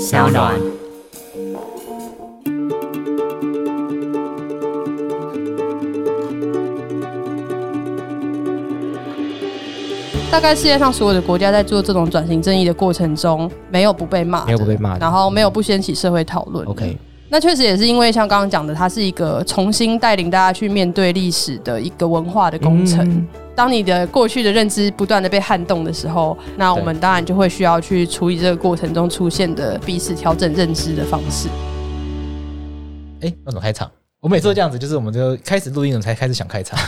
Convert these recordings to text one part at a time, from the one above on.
小暖。大概世界上所有的国家在做这种转型正义的过程中，没有不被骂的，没有不被骂的然后没有不掀起社会讨论。 OK，那确实也是因为像刚刚讲的，它是一个重新带领大家去面对历史的一个文化的工程。嗯当你的过去的认知不断的被撼动的时候，那我对们当然就会需要去处理这个过程中出现的彼此调整认知的方式。哎，那种开场？我每次都这样子，就是我们就开始录音，我们才开始想开场。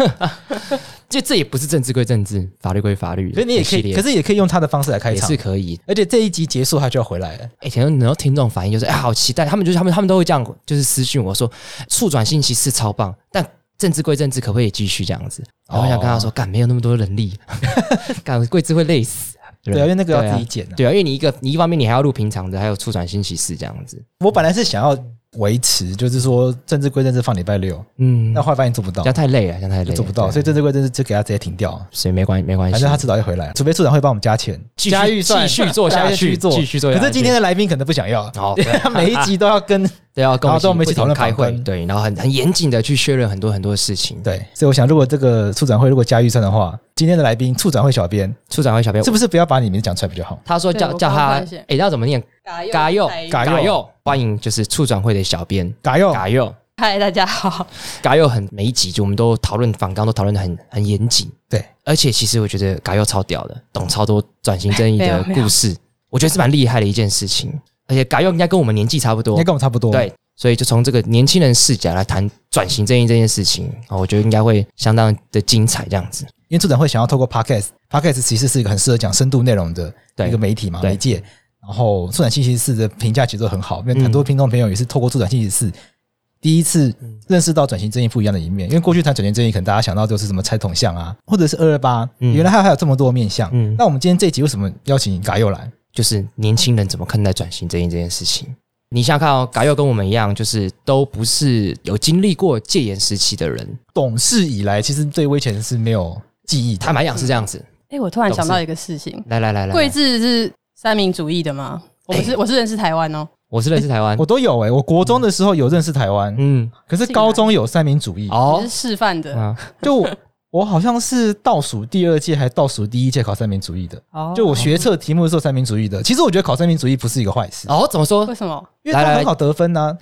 就这也不是政治归政治，法律归法律，所以你一也可系以，列可是也可以用他的方式来开也场是。可以。而且这一集结束，他就要回来了。哎、可能很多听众反应就是，哎、好期待，他们就是他们他们都会这样，就是私讯我说，促转信息是超棒，但政治归政治，可不可以继续这样子？然后我想跟他哦说，干、没有那么多人 力，干桂枝会累死。对啊，因为那个要自己剪啊。对啊，因为你一个，你一方面你还要录平常的，还有促转信息是这样子，我本来是想要维持，就是说政治归政治，放礼拜六，嗯，但后来发现做不到这，样太累了，这样太累了，做不到，对啊所以政治归政治就给他直接停掉。所以没关系，没关系，反正他迟早会回来，除非处长会帮我们加钱、继续加预算、继续做下去加预算继续做，继续做下去可是今天的来宾可能不想要， 哦因为他每一集都要 跟对啊，跟然后我跟我们一起不停讨论开访会，谈对，然后很很严谨的去确认很多很多事情。对，所以我想，如果这个处长会如果加预算的话，今天的来宾处长会小编处长会小编是不是不要把你名字讲出来比较好？他说叫对我叫刚他发现，哎，要怎么念？嘎佑，嘎佑佑，欢迎就是处转会的小编嘎哟，嘎佑，嗨，大家好。嘎佑很每一集就我们都讨论访纲都讨论的很很严谨，对，而且其实我觉得嘎佑超屌的，懂超多转型正义没有的没有故事，我觉得是蛮厉害的一件事情。而且嘎佑应该跟我们年纪差不应多该，跟我们差不多。，对，所以就从这个年轻人视角来谈转型正义这件事情，啊，我觉得应该会相当的精彩这样子。因为处长会想要透过 podcast，podcast 其实是一个很适合讲深度内容的对一个媒体嘛，对媒介。然后处长信息室的评价其实都很好，因为嗯很多听众朋友也是透过处长信息室。第一次嗯认识到转型正义不一样的一面，因为过去谈转型正义，可能大家想到就是什么拆桶项啊，或者是二二八，嗯原来它还有这么多面向。嗯那我们今天这一集为什么邀请嘎佑来？就是年轻人怎么看待转型正义这件事情。你想想看哦，嘎佑跟我们一样，就是都不是有经历过戒严时期的人，懂事以来，其实对威权是没有记忆的。坦白讲是这样子。哎、我突然想到一个事情，来来来来，桂志是三民主义的吗？我哎不是，我是认识台湾哦。我是认识台湾我，都有诶、欸我国中的时候有认识台湾，嗯，可是高中有三民主义，我哦是，示范的，啊， 就我我好像是倒数第二届还是倒数第一届考三民主义的，哦，就我学测题目是做三民主义的。其实我觉得考三民主义不是一个坏事，哦，怎么说为？什么？因为它来来很好得分 呐、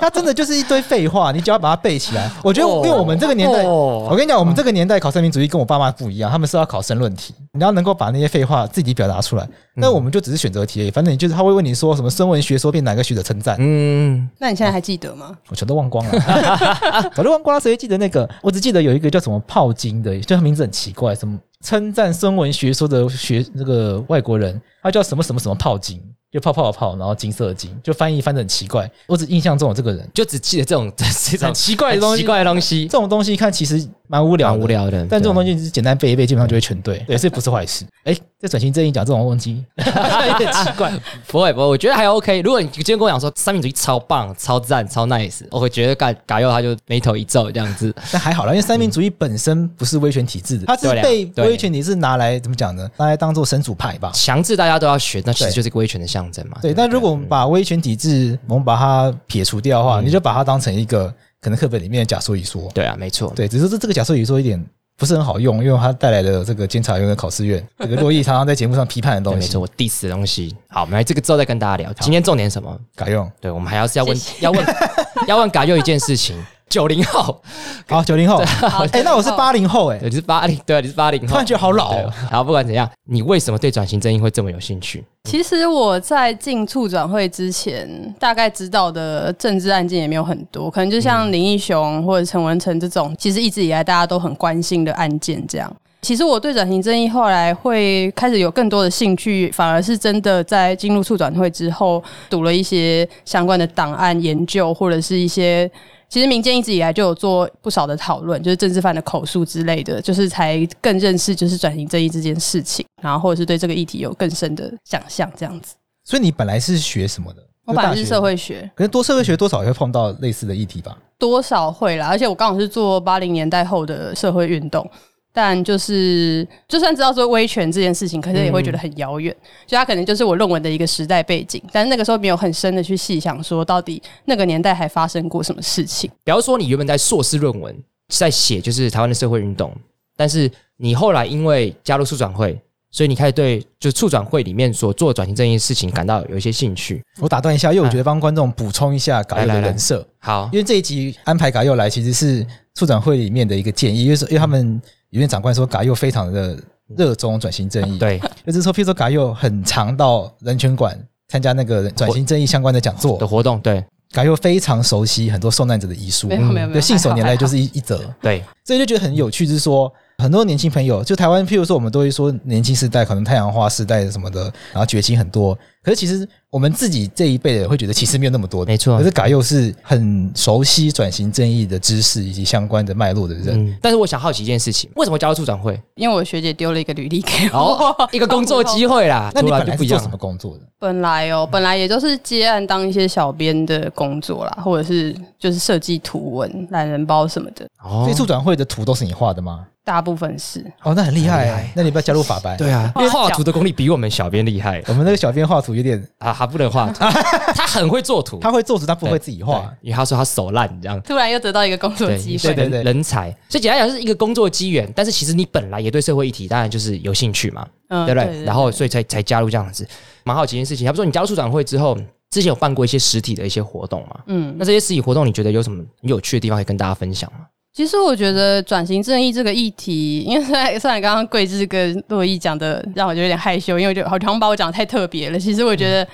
它真的就是一堆废话，你只要把它背起来。我觉得，因为我们这个年代。我哦跟你讲，我们这个年代考三民主义跟我爸妈不一样，他们是要考申论题，你要能够把那些废话自己表达出嗯来。那我们就只是选择题而已，反正你就是他会问你说什么孙文学说被哪个学者称赞，嗯，那你现在还记得吗？我全都忘光了， 早就忘光了，谁会记得那个？我只记得有一个叫什么泡金的，就他名字很奇怪，什么称赞孙文学说的学那个外国人，他叫什么什么什么泡金，就泡泡的泡，然后金色的金，就翻译翻的很奇怪。我只印象中有这个人，就只记得这种 这种很奇怪的很东奇西。怪的东 西，这种东西看其实蛮无聊，蛮无。聊的。但这种东西，西只是简单背一背，基本上就会全对，对，这不是坏 事。哎，这转型正义讲这种东西有点奇怪，不会不会，我觉得还 OK。如果你今天跟我讲说三民主义超棒、超赞、超 nice，我会觉得嘎嘎佑他就眉头一皱这样子。但还好啦，因为三民主义本身不是威权体制的，它是对啦啊被对威权体制拿来怎么讲呢？拿来当做神主牌吧。强制大家都要学，那其实对就是威权的象征啊嘛。对，不但如果我们把威权体制，我们把它撇除掉嗯的话，你就把它当成一个可能课本里面的假说一说。对啊，没错，对，只是这这个假说一说有点不是很好用，因为它带来的这个监察院跟考 试院，这个洛毅常常在节目上批判的对，东没西错，，我 diss 的东西。好，我们来这个之后再跟大家聊。今天重点是什么？改用。对，我们还要是要问谢谢要问 要问嘎佑一件事情。九零后，好，九零后，好哎，那我是八零后，哎对，，你是八零，对，你是八零突后然。觉得好老对哦。然后不管怎样，你为什么对转型正义会这么有兴趣？其实我在进处转会之前，大概知道的政治案件也没有很多，可能就像林义雄或者陈文成这种，其实一直以来大家都很关心的案件这样。其实我对转型正义后来会开始有更多的兴趣，反而是真的在进入处转会之后，读了一些相关的档案研究，或者是一些其实民间一直以来就有做不少的讨论，就是政治犯的口述之类的，就是才更认识就是转型正义这件事情，然后或者是对这个议题有更深的想象这样子。所以你本来是学什么的？我本来是就大学社，会学，可是多社会学多少也会碰到类似的议题吧？多少会啦，而且我刚好是做八零年代后的社会运动。但就是就算知道说威权这件事情，可是也会觉得嗯很遥远，所以它可能就是我论文的一个时代背景，但是那个时候没有很深的去细想说到底那个年代还发生过什么事情。比方说，你原本在硕士论文在写就是台湾的社会运动，但是你后来因为加入促转会，所以你开始对就促转会里面所做转型这件事情感到有一些兴趣。我打断一下，因为我觉得帮观众补充一下嘎佑的人设，好因，为这一集安排嘎佑来其实是处长会里面的一个建议，因为说因为他们里面长官说嘎佑非常的热衷转型正义，，对，就是说譬如说嘎佑很常到人权馆参加那个转型正义相关的讲的座，活动，对嘎佑非常熟悉很多受难者的遗书，没有没有没有，对，信手还好拈来就。还好是一一则，对，所以就觉得很有趣，就是说很多年轻朋友，就台湾，譬如说我们都会说年轻世代可能太阳花世代什么的，然后崛起很多，可是其实我们自己这一辈的人会觉得其实没有那么多的，没错可是嘎又是很熟悉转型正义的知识以及相关的脉络的人，嗯。但是我想好奇一件事情，为什么加入促转会？因为我学姐丢了一个履历给哦我，，一个工作机会 啦，那你突然本就来不是一做样什么了。工作的？本来哦，本来也就是接案当一些小编的工作啦，或者是就是设计图文、懒人包什么的，哦所以促转会的图都是你画的吗？大部分是。哦，那很厉害、很厉害哎那你要不要加入法白？对啊，因为画图的功力比我们小编厉害我们那个小编画图有点，啊，他不能 画图，他很会做图，他会做图，他不会自己画对，，因为他说他手烂这样。突然又得到一个工作对机对会，对对人人才，所以简单讲就是一个工作机缘，但是其实你本来也对社会议题当然就是有兴趣嘛，嗯对不对？然后所以才才加入这样子，蛮好奇一件事情。要不说你加入处长会之后，之前有办过一些实体的一些活动嘛？嗯，那这些实体活动你觉得有什么有趣的地方可以跟大家分享吗？其实我觉得转型正义这个议题，因为虽然虽然刚刚桂枝跟洛毅讲的让我觉得有点害羞，因为我觉得好像把我讲的太特别了。其实我觉得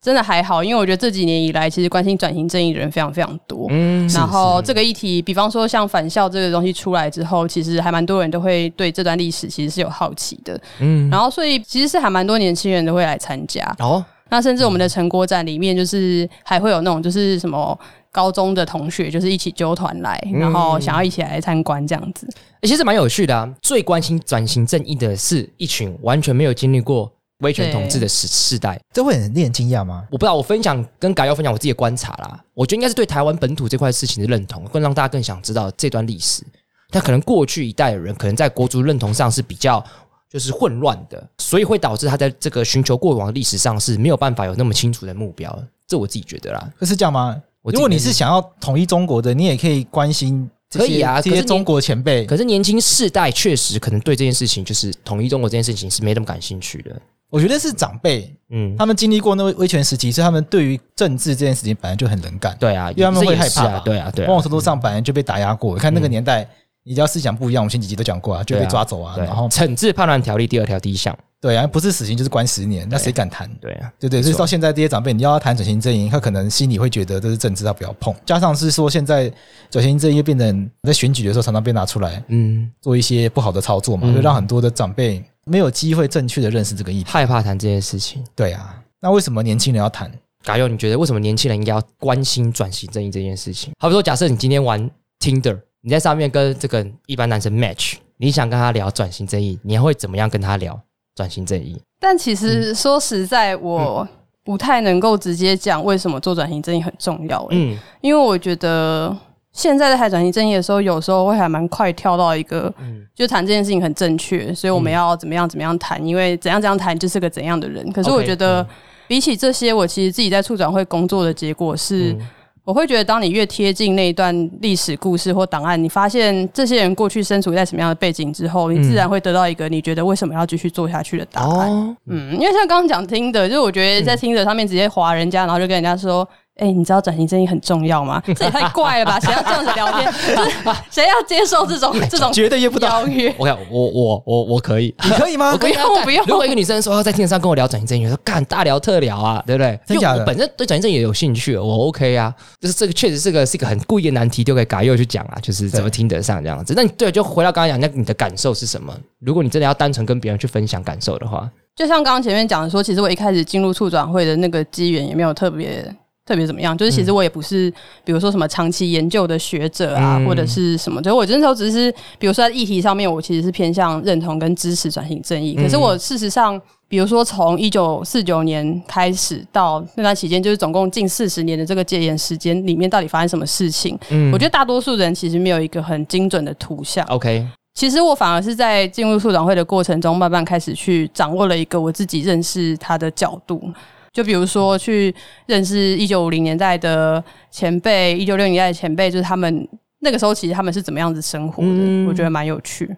真的还好，因为我觉得这几年以来，其实关心转型正义的人非常非常多。嗯，然后这个议题，比方说像返校这个东西出来之后，其实还蛮多人都会对这段历史其实是有好奇的。嗯，然后所以其实是还蛮多年轻人都会来参加。哦，那甚至我们的成果展里面，就是还会有那种就是什么高中的同学，就是一起纠团来，嗯然后想要一起来参观这样子。其实蛮有趣的啊。最关心转型正义的是一群完全没有经历过威权统治的时世代。这会很令人惊讶吗？我不知道，我分享跟改要分享我自己的观察啦，我觉得应该是对台湾本土这块事情的认同，更让大家更想知道这段历史。但可能过去一代的人，可能在国族认同上是比较就是混乱的，所以会导致他在这个寻求过往的历史上是没有办法有那么清楚的目标。这我自己觉得啦，会是这样吗？我如果自己你是想要统一中国的，你也可以关心这些可以啊这可些是你中国前辈。可是年轻世代确实可能对这件事情，就是统一中国这件事情是没那么感兴趣的。我觉得是长辈，嗯，他们经历过那威权时期，所以他们对于政治这件事情本来就很冷感，对啊，因为他们这也会害是怕啊，对啊，对某种啊，程度上本来就被打压过。你看那个年代，你只要思想不一样，我们前几集都讲过啊，就被对啊抓走啊，对然后惩治叛乱条例第二条第一项，对啊，不是死刑就是关十年，那谁敢谈？对啊，对对，没所以错到现在这些长辈，你要他谈转型正义，他可能心里会觉得这是政治，他不要碰。加上是说现在转型正义变成在选举的时候常常被拿出来，嗯，做一些不好的操作嘛，嗯就让很多的长辈没有机会正确的认识这个议题。害怕谈这件事情。对啊，那为什么年轻人 要谈？嘎佑，你觉得为什么年轻人应该要关心转型正义这件事情？好比说，假设你今天玩 Tinder，你在上面跟这个一般男生 match，你想跟他聊转型正义，你会怎么样跟他聊转型正义？但其嗯实说实在，我不太能够直接讲为什么做转型正义很重要、欸嗯，因为我觉得现在在谈转型正义的时候，有时候会还蛮快跳到一个，嗯就谈这件事情很正确，所以我们要怎么样怎么样谈，因为怎样怎样谈就是个怎样的人。可是 OK，我觉得嗯比起这些，我其实自己在处转会工作的结果是。嗯我会觉得，当你越贴近那一段历史故事或档案，你发现这些人过去身处在什么样的背景之后，嗯你自然会得到一个你觉得为什么要继续做下去的答案。哦，嗯，因为像刚刚讲听的，就是我觉得嗯在听的上面直接划人家，然后就跟人家说。哎、你知道转型正义很重要吗？这也太怪了吧！谁要这样子聊天？ 就是谁要接受这种这种绝对约不到，邀约？我看哦我我我我可以，你可以吗我？可以啊。不用干不用如果一个女生说她在 Tinder 上跟我聊转型正义，我说干大聊特聊啊，对不对？真因为假的我本身对转型正义也有兴趣，我 OK 啊。就是这个确实是个是一个很故意的难题，丢给嘎佑去讲啊，就是怎么对听得上这样子。那你对，就回到刚刚讲，那你的感受是什么？如果你真的要单纯跟别人去分享感受的话，就像刚刚前面讲的说，其实我一开始进入处转会的那个机缘也没有特别特别怎么样，就是嗯其实我也不是，比如说什么长期研究的学者啊，嗯或者是什么，就是我那时候只是，比如说在议题上面，我其实是偏向认同跟支持转型正义，嗯可是我事实上。比如说，从一九四九年开始到那段期间，就是总共近四十年的这个戒严时间里面，到底发生什么事情？嗯我觉得大多数人其实没有一个很精准的图像。 OK，其实我反而是在进入处长会的过程中，慢慢开始去掌握了一个我自己认识他的角度。就比如说，去认识一九五零年代的前辈，一九六零年代的前辈，就是他们那个时候其实他们是怎么样子生活的，嗯我觉得蛮有趣。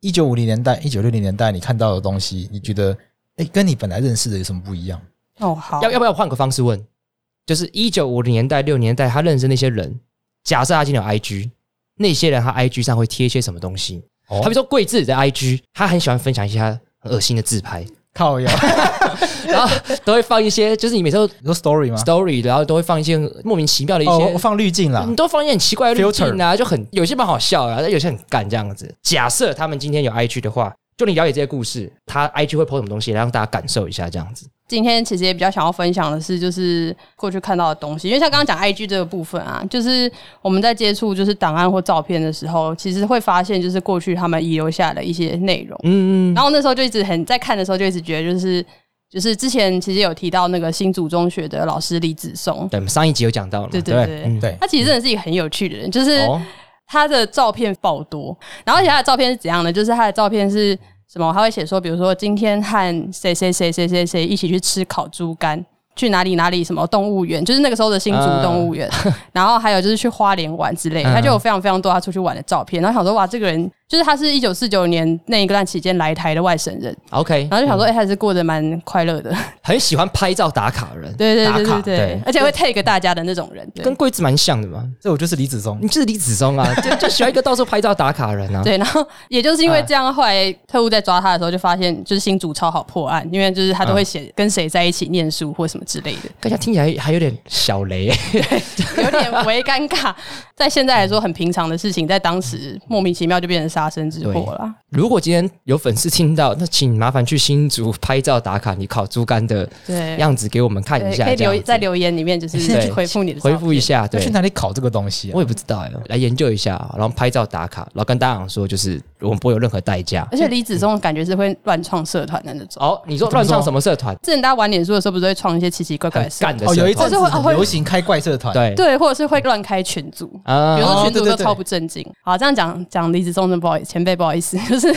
一九五零年代、一九六零年代，你看到的东西，你觉得哎、跟你本来认识的有什么不一样？哦，好，要要不要换个方式问？就是一九五零年代、六年代，他认识那些人，假设他今天有 IG，那些人他 IG 上会贴一些什么东西？哦好比说桂智的 IG，他很喜欢分享一些他很恶心的自拍，靠 呀，然后都会放一些，就是你每次都你说 story 吗？ story，然后都会放一些莫名其妙的一哦，些我，放滤镜啦你。都放一些很奇怪的滤镜啊，就很有些蛮好笑啊，但有些很干这样子。假设他们今天有 IG 的话，就你了解这些故事，他 IG 会 po 什么东西，来让大家感受一下这样子。今天其实也比较想要分享的是，就是过去看到的东西，因为像刚刚讲 IG 这个部分啊，就是我们在接触就是档案或照片的时候，其实会发现就是过去他们遗留下的一些内容。嗯，然后那时候就一直很在看的时候就一直觉得就是就是之前其实有提到那个新竹中学的老师李子松，对，上一集有讲到了嘛，对对对对，嗯对，他其实真的是一个很有趣的人，就是哦，他的照片爆多，然后而且他的照片是怎样的？就是他的照片是什么？他会写说，比如说今天和谁谁谁谁谁谁一起去吃烤猪肝，去哪里哪里什么动物园，就是那个时候的新竹动物 园，然后还有就是去花莲玩之类，嗯他就有非常非常多他出去玩的照片。然后想说，哇，这个人就是他是一九四九年那一段期间来台的外省人，哦 OK，嗯然后就想说，哎、他还是过得蛮快乐的， 很喜欢拍照打卡的人，对对对打对卡对，对而且会 take 大家的那种人，对跟桂子蛮像的嘛。这我就是李子松你。就是李子松啊，就 就喜欢一个到处拍照打卡的人啊。对，然后 也就是因为嗯这样，后来特务在抓他的时候就发现，就是新竹超好破案，因为就是他都会写跟谁在一起念书或什么之类 的，大家听起来还有点小雷，有点微尴尬。在现在来说很平常的事情，在当时莫名其妙就变成杀身之祸了。如果今天有粉丝听到，那请麻烦去新竹拍照打卡你烤猪肝的对，样子给我们看一对，下，可以这样留子在留言里面，就是对去回复你的照回片复一。下，要对去。哪里考这个东西啊我？也不知道哎，来研究一下，然后拍照打卡，然后跟大家讲说，就是我们不会有任何代价。而且李子忠感觉是会乱创社团的那种。哦，你说乱上什么社团？之前大家玩脸书的时候，不是会创一些奇奇怪怪很的事，干的欸哦，社有一团阵子哦是会哦很会流行开怪社团，对对，或者是会乱开群组，啊比如哦说群主对对都对超不正经。好，这样讲讲李子忠真不好意思，前辈不好意思， 就是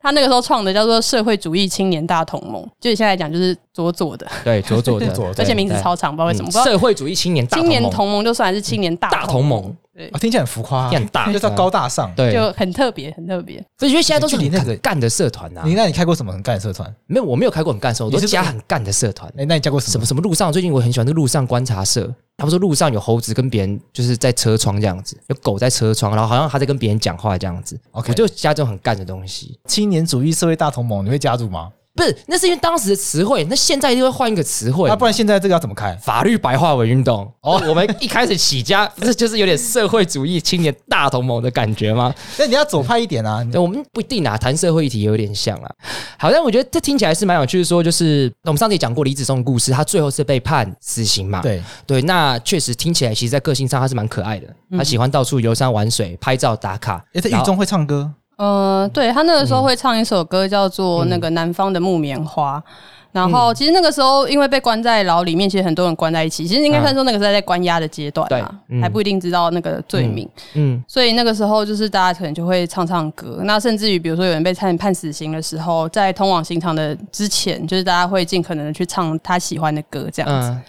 他那个时候创的叫做社会主义青年大同盟，就是现在来讲就是左左的，对左左的对左 而且名字对超长，不知道为什么。嗯不知道社会主义青年大青同年盟同盟就算是青年大大同盟，对啊，，听起来很浮夸啊，很大就叫高大上。对，就很特别，很特别。所以觉得现在都是距离很那个干干的社团呐、啊你。那你开过什么很干的社团？没有，我没有开过很干的社，我都你是加很干的社团。哎，那你加过什什么么？什么路上，最近我很喜欢那个路上观察社。他们说路上有猴子跟别人就是在车窗这样子，有狗在车窗，然后好像他在跟别人讲话这样子。 OK 我就加这种很干的东西。青年主义社会大同盟，你会加入吗？不是，那是因为当时的词汇，那现在一定会换一个词汇。那啊不然现在这个要怎么开？法律白话文运动哦，我们一开始起家， 这就是有点社会主义青年大同盟的感觉吗？那你要走派一点啊！你对，我们不一定啊，谈社会议题有点像啊。好，但我觉得这听起来是蛮有趣的说，就是我们上次也讲过李子松的故事，他最后是被判死刑嘛。对，对，那确实听起来，其实，在个性上他是蛮可爱的，嗯他喜欢到处游山玩水、拍照打卡。哎，这然狱后中会唱歌，嗯呃，对他那个时候会唱一首歌叫做《那个南方的木棉花》。然后，嗯其实那个时候，因为被关在牢里面，其实很多人关在一起。其实应该算说那个时候在关押的阶段啊，嗯对嗯还不一定知道那个罪名。嗯，所以那个时候就是大家可能就会唱唱歌，那甚至于比如说有人被判判死刑的时候，在通往刑场的之前，就是大家会尽可能的去唱他喜欢的歌这样子。嗯，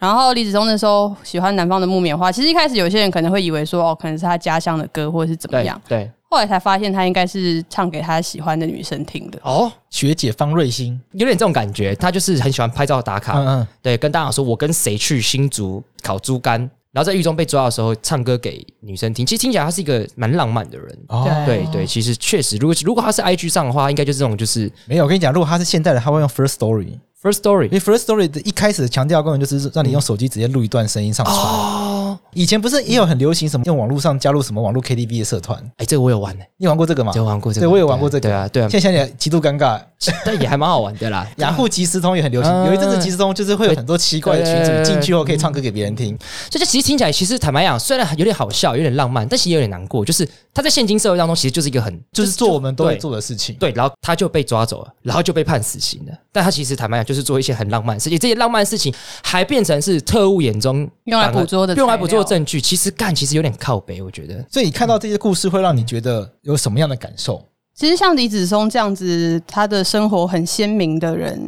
然后李子忠那时候喜欢南方的木棉花，其实一开始有些人可能会以为说哦，可能是他家乡的歌或者是怎么对样，对。后来才发现他应该是唱给他喜欢的女生听的。哦，学姐方瑞欣，有点这种感觉，他就是很喜欢拍照打卡。嗯嗯，对，跟大家说我跟谁去新竹烤猪肝，然后在狱中被抓的时候唱歌给女生听。其实听起来他是一个蛮浪漫的人。哦，对对，其实确实，如果如果他是 IG 上的话，应该就是这种就是没有，我跟你讲，如果他是现代的，他会用 First Story， first story 因为 First Story 的一开始的强调功能就是让你用手机直接录一段声音上传。哦，以前不是也有很流行什么用网络上加入什么网络 KTV 的社团？哎，这个我有玩呢，你有玩过这个吗？有玩过这个，对我有玩过这个对啊，对啊， 现在想起来极度尴尬。但也还蛮好玩的 啦。雅虎即时通也很流嗯行，有一阵子即时通就是会有很多奇怪的群对组，进去后可以唱歌给别人听。所以这其实听起来，其实坦白讲，虽然有点好笑，有点浪漫，但其实也有点难过。就是他在现今社会当中，其实就是一个很就是做我们都会对做的事情。对，然后他就被抓走了，然后就被判死刑了。但他其实坦白讲，就是做一些很浪漫的事情，这些浪漫的事情还变成是特务眼中用来反而捕捉的材料用来捕捉的证据。其实干其实有点靠北，我觉得。所以你看到这些故事，会让你觉得有什么样的感受？其实像李子松这样子，他的生活很鲜明的人，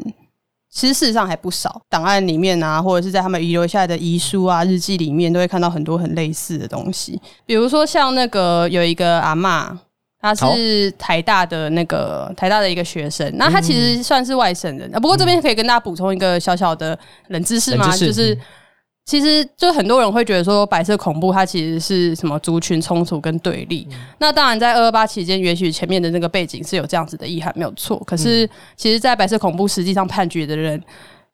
其实事实上还不少。档案里面啊，或者是在他们遗留下来的遗书啊、日记里面，都会看到很多很类似的东西。比如说像那个有一个阿嬷，她是台大的那个台大的一个学生，那她其实算是外省人、啊。不过这边可以跟大家补充一个小小的冷知识吗？冷知识就是。其实，就很多人会觉得说，白色恐怖它其实是什么族群冲突跟对立。嗯那当然，在二二八期间，也许前面的那个背景是有这样子的意涵，没有错。可嗯是，其实，在白色恐怖实际上判决的人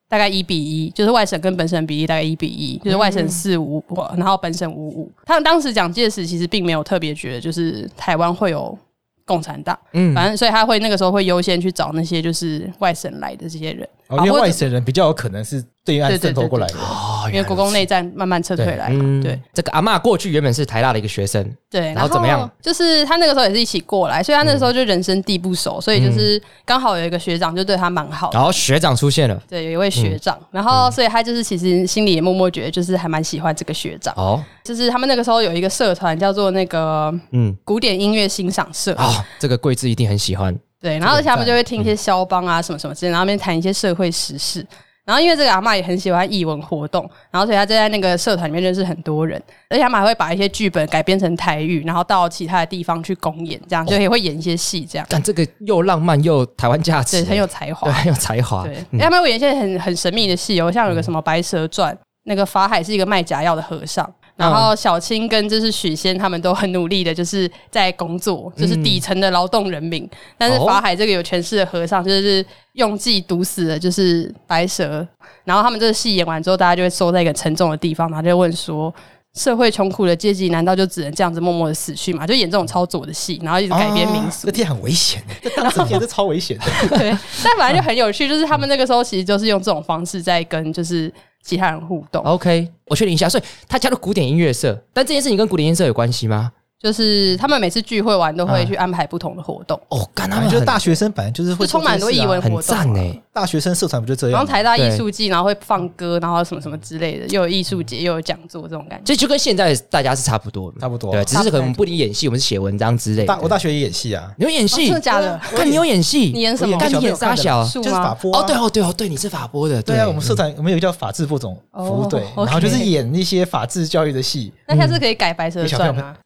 大概一比一，就是外省跟本省比例大概一比一，就是外省四五，然后本省五五。他们当时蒋介石其实并没有特别觉得，就是台湾会有共产党，嗯，反正所以他会那个时候会优先去找那些就是外省来的这些人，哦因为啊或者外省人比较有可能是对岸对对渗透过来的，哦，因为国共内战慢慢撤退对来嘛，嗯，对。，这个阿嬷过去原本是台大的一个学生，对，然后怎么样？嗯就是他那个时候也是一起过来，所以他那个时候就人生地不熟，所以就是刚好有一个学长就对他蛮好的。然后学长出现了，对，有一位学长，嗯然后所以他就是其实心里也默默觉得就是还蛮喜欢这个学长。哦，就是他们那个时候有一个社团叫做那个嗯，古典音乐欣赏社，哦，这个桂枝一定很喜欢，对，然后而且他们这就个会很赞嗯听一些肖邦啊什么什么之类，然后那边谈一些社会时事。然后因为这个阿嬷也很喜欢艺文活动，然后所以她就在那个社团里面认识很多人，而且他们还会把一些剧本改编成台语，然后到其他的地方去公演，这样哦就也会演一些戏，这样、但这个又浪漫又台湾价值，对很有才华对。很有才华，对，哎嗯他们会演一些很很神秘的戏哦，像有个什么《白蛇传》，那个法海是一个卖假药的和尚。然后小青跟就是许仙他们都很努力的，就是在工作，就是底层的劳动人民。但是法海这个有权势的和尚，就是用计毒死了就是白蛇。然后他们这个戏演完之后，大家就会收在一个沉重的地方，然后就会问说：社会穷苦的阶级难道就只能这样子默默的死去吗？就演这种超左的戏，然后一直改编民俗哦这。天很 危险，这当时天是超危险的。 对，但反正就很有趣，就是他们那个时候其实就是用这种方式在跟就是其他人互动， OK，我确定一下，所以他加入古典音乐社，但这件事情跟古典音乐社有关系吗？就是他们每次聚会完都嗯会去安排不同的活动，哦，干他们反正就是很大学生，本来就是会就充满很多做这疑些事问啊活很动啊赞欸呢，大学生社团不就这然样后吗？台大艺对术季，然后会放歌，然后什么什么之类的，又有艺术节，又有讲座这种感觉。所以就跟现在大家是差不多的，差不多对，只是可能我们不仅演戏，我们是写文章之类大我的。大学也演戏啊，你有演戏？嗯哦真的假的？ 看你有演戏，你演什么我干给你演小朋友傻看的小是就是吗法播啊哦，对哦，对哦，对，你是法播的，对啊，我们社嗯团我们有一个叫法制部总服务队，哦然后就是，OK 演一些法制教育的戏。 那下次可以改《白蛇给小传》朋友啊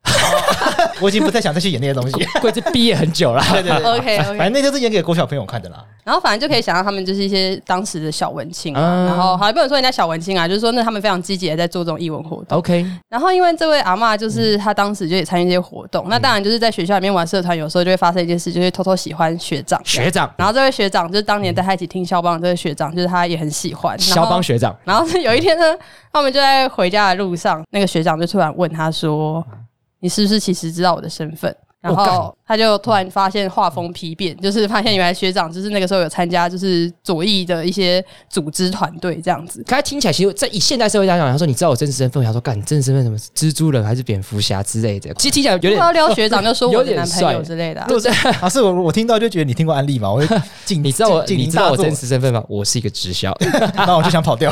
我已经不太想再去演那些东 西。 贵子毕业很久了，对对对？OK 反正 OK，那就是演给国小朋友看的啦。然后反正就可以想到他们就是一些当时的小文青啊，嗯然后好也不能说人家小文青啊，就是说那他们非常积极的在做这种艺文活动。 OK，然后因为这位阿嬷嗯就是她当时就也参与这些活动，那当然就是在学校里面玩社团，有时候就会发生一件事，就会偷偷喜欢学长。学长，然后这位学长就是当年带她一起听肖邦的这位学长，就是她也很喜欢然后肖邦学长，然后有一天呢，他们就在回家的路上，那个学长就突然问她说：“嗯你是不是其实知道我的身份？”然后他就突然发现画风丕变，就是发现原来学长就是那个时候有参加就是左翼的一些组织团队这样子。刚才听起来，其实，在以现代社会来讲，他说你知道我真实身份，我想说，干，你真实身份什么？蜘蛛人还是蝙蝠侠之类的？其实听起来有如点果要撩学长，就说我有的点男朋友帅之类的啊、对不对？啊，是我我听到就觉得你听过安利嘛，我会进你知道我，进你进知道我进 真实身份吗？我是一个直销， 然后我就想跑掉。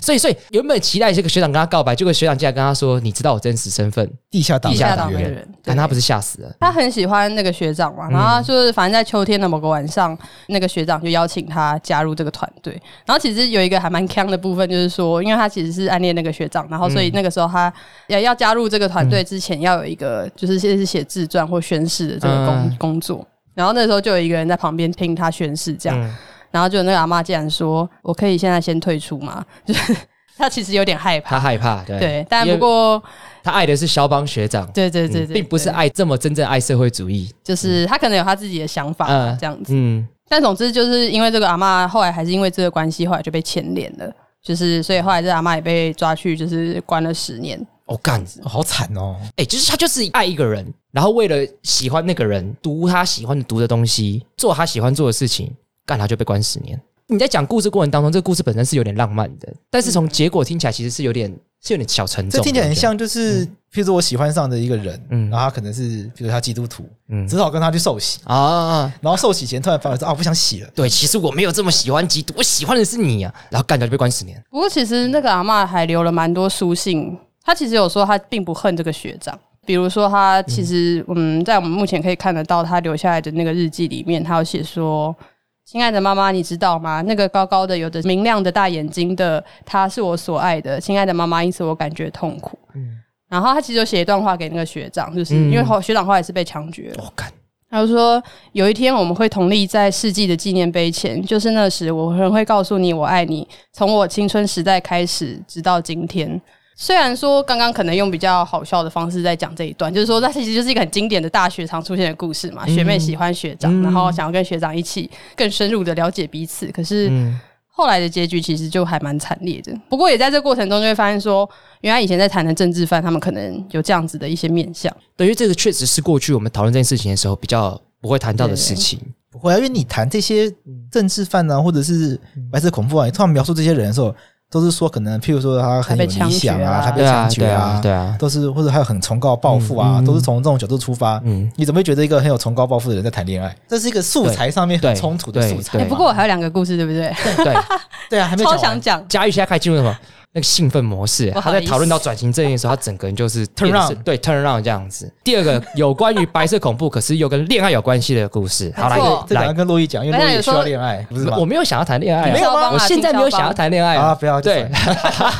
所以，所以原本期待这个学长跟他告白，结果学长竟然跟他说：“你知道我真实身份地下党，地下党党的员人？”，但他不是。是吓死了？他很喜欢那个学长嘛，然后就是反正在秋天的某个晚上，那个学长就邀请他加入这个团队。然后其实有一个还蛮坑的部分，就是说，因为他其实是暗恋那个学长，然后所嗯以那个时候他要要加入这个团队之前，要有一个就是先是写自传或宣誓的这个工、嗯工作。然后那时候就有一个人在旁边听他宣誓，这样，嗯然后就有那个阿妈竟然说：“我可以现在先退出吗？”就是 他其实有点害怕，他害怕，对对，但因为不过他爱的是肖邦学长，对对对嗯对，并不是对爱这么真正爱社会主义。就是他可能有他自己的想法、嗯这样子。嗯，但总之就是因为这个阿嬷，后来还是因为这个关系，后来就被牵连了。就是所以后来这阿嬷也被抓去，就是关了十年。我干，哦好惨哦！哎，就是他就是爱一个人，然后为了喜欢那个人，读他喜欢读的东西，做他喜欢做的事情，干他就被关十年。你在讲故事过程当中，这个故事本身是有点浪漫的，但是从结果听起来其实是有点是有点小沉重的。嗯这听起来很我觉得，像，就是譬如说我喜欢上的一个人，嗯然后他可能是比如他基督徒，嗯只好跟他去受洗，啊，然后受洗前突然发现说啊，我不想洗了，对，其实我没有这么喜欢基督，我喜欢的是你啊，然后干掉就被关十年。不过其实那个阿嬷还留了蛮多书信，她其实有说她并不恨这个学长，比如说，他其实嗯，在我们目前可以看得到他留下来的那个日记里面，他有写说：“亲爱的妈妈，你知道吗？那个高高的、有着明亮的大眼睛的，她是我所爱的。亲爱的妈妈，因此我感觉痛苦。”嗯然后他其实有写一段话给那个学长，就是嗯因为后学长后来是被枪决了，我看他就说有一天我们会同立在世纪的纪念碑前，就是那时我仍会告诉你我爱你，从我青春时代开始直到今天。虽然说刚刚可能用比较好笑的方式在讲这一段，就是说它其实就是一个很经典的大学常出现的故事嘛，学妹喜欢学长，嗯然后想要跟学长一起更深入的了解彼此，可是。嗯后来的结局其实就还蛮惨烈的，不过也在这过程中就会发现说，原来以前在谈的政治犯，他们可能有这样子的一些面向。对，因为这个确实是过去我们讨论这件事情的时候比较不会谈到的事情。不会啊，因为你谈这些政治犯啊，或者是白色恐怖啊，你突然描述这些人的时候，都是说可能，譬如说他很有理想啊，他他被被对啊，枪决对啊，对啊，都是或者还有很崇高抱负啊，嗯嗯都是从这种角度出发。嗯，你怎么会觉得一个很有崇高抱负的人在谈恋爱？这是一个素材上面很冲突的素材对哎、嘛。嘛不过我还有两个故事，对不对？啊对。对啊，还没超讲想完。 讲，佳玉现在开始进入什么？那个兴奋模式，啊不他好在意思讨论到转型正义的时候，他整个人就是 turn around 对 turn around 这样子。第二个有关于白色恐怖，可是又跟恋爱有关系的故事。好，没错这来两来个，跟洛伊讲，因为洛伊也需要恋爱，不是吗我？没有想要谈恋爱没啊，有吗我现在没有想要谈恋爱啊，啊。不要对，就算了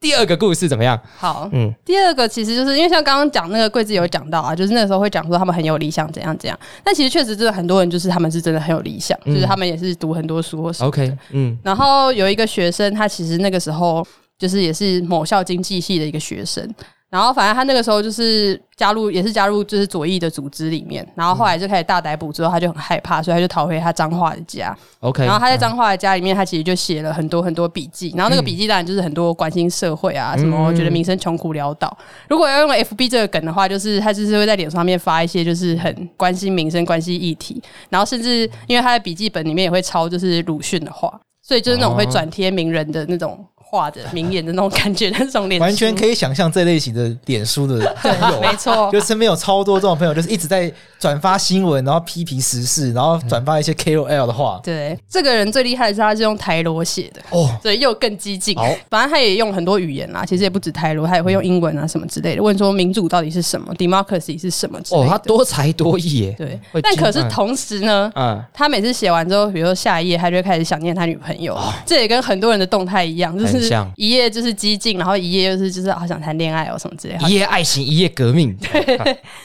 第二个故事怎么样？好，嗯，第二个其实就是因为像刚刚讲那个桂子有讲到啊，就是那时候会讲说他们很有理想，怎样怎样。但其实确实就是很多人就是他们是真的很有理想，嗯就是他们也是读很多书或什么。 OK，嗯然后有一个学生，他其实那个时候就是也是某校经济系的一个学生。然后反正他那个时候就是加入，也是加入就是左翼的组织里面。然后后来就开始大逮捕之后，他就很害怕，所以他就逃回他彰化的家。 ，OK。然后他在彰化的家里面，他其实就写了很多很多笔记。然后那个笔记当然就是很多关心社会啊，嗯什么觉得民生穷苦潦倒。如果要用 FB 这个梗的话，就是他就是会在脸上面发一些就是很关心民生、关心议题。然后甚至因为他的笔记本里面也会抄就是鲁迅的话，所以就是那种会转贴名人的那种话的名言的那种感觉，那种脸完全以。可以想象这类型的脸书 的朋友没 错，就身边有超多这种朋友，就是一直在转发新闻，然后批评时事，然后转 发一些 KOL 的话。对，这个人最厉害的是他是用台罗写的哦哦，所以又更激进好。反正他也用很多语言啦，啊其实也不止台罗，他也会用英文啊什么之类的。问说民主到底是什么，democracy 是什么之类哦，的。他多才多艺耶。对会，但精可是嗯同时呢。嗯，他每次写完之后，比如说下一页，他就会开始想念他女朋友。这也跟很多人的动态一样，就哦很是像一页就是激进，然后一页又是就是好想谈恋爱哦什么之类的。一夜爱情，一夜革命。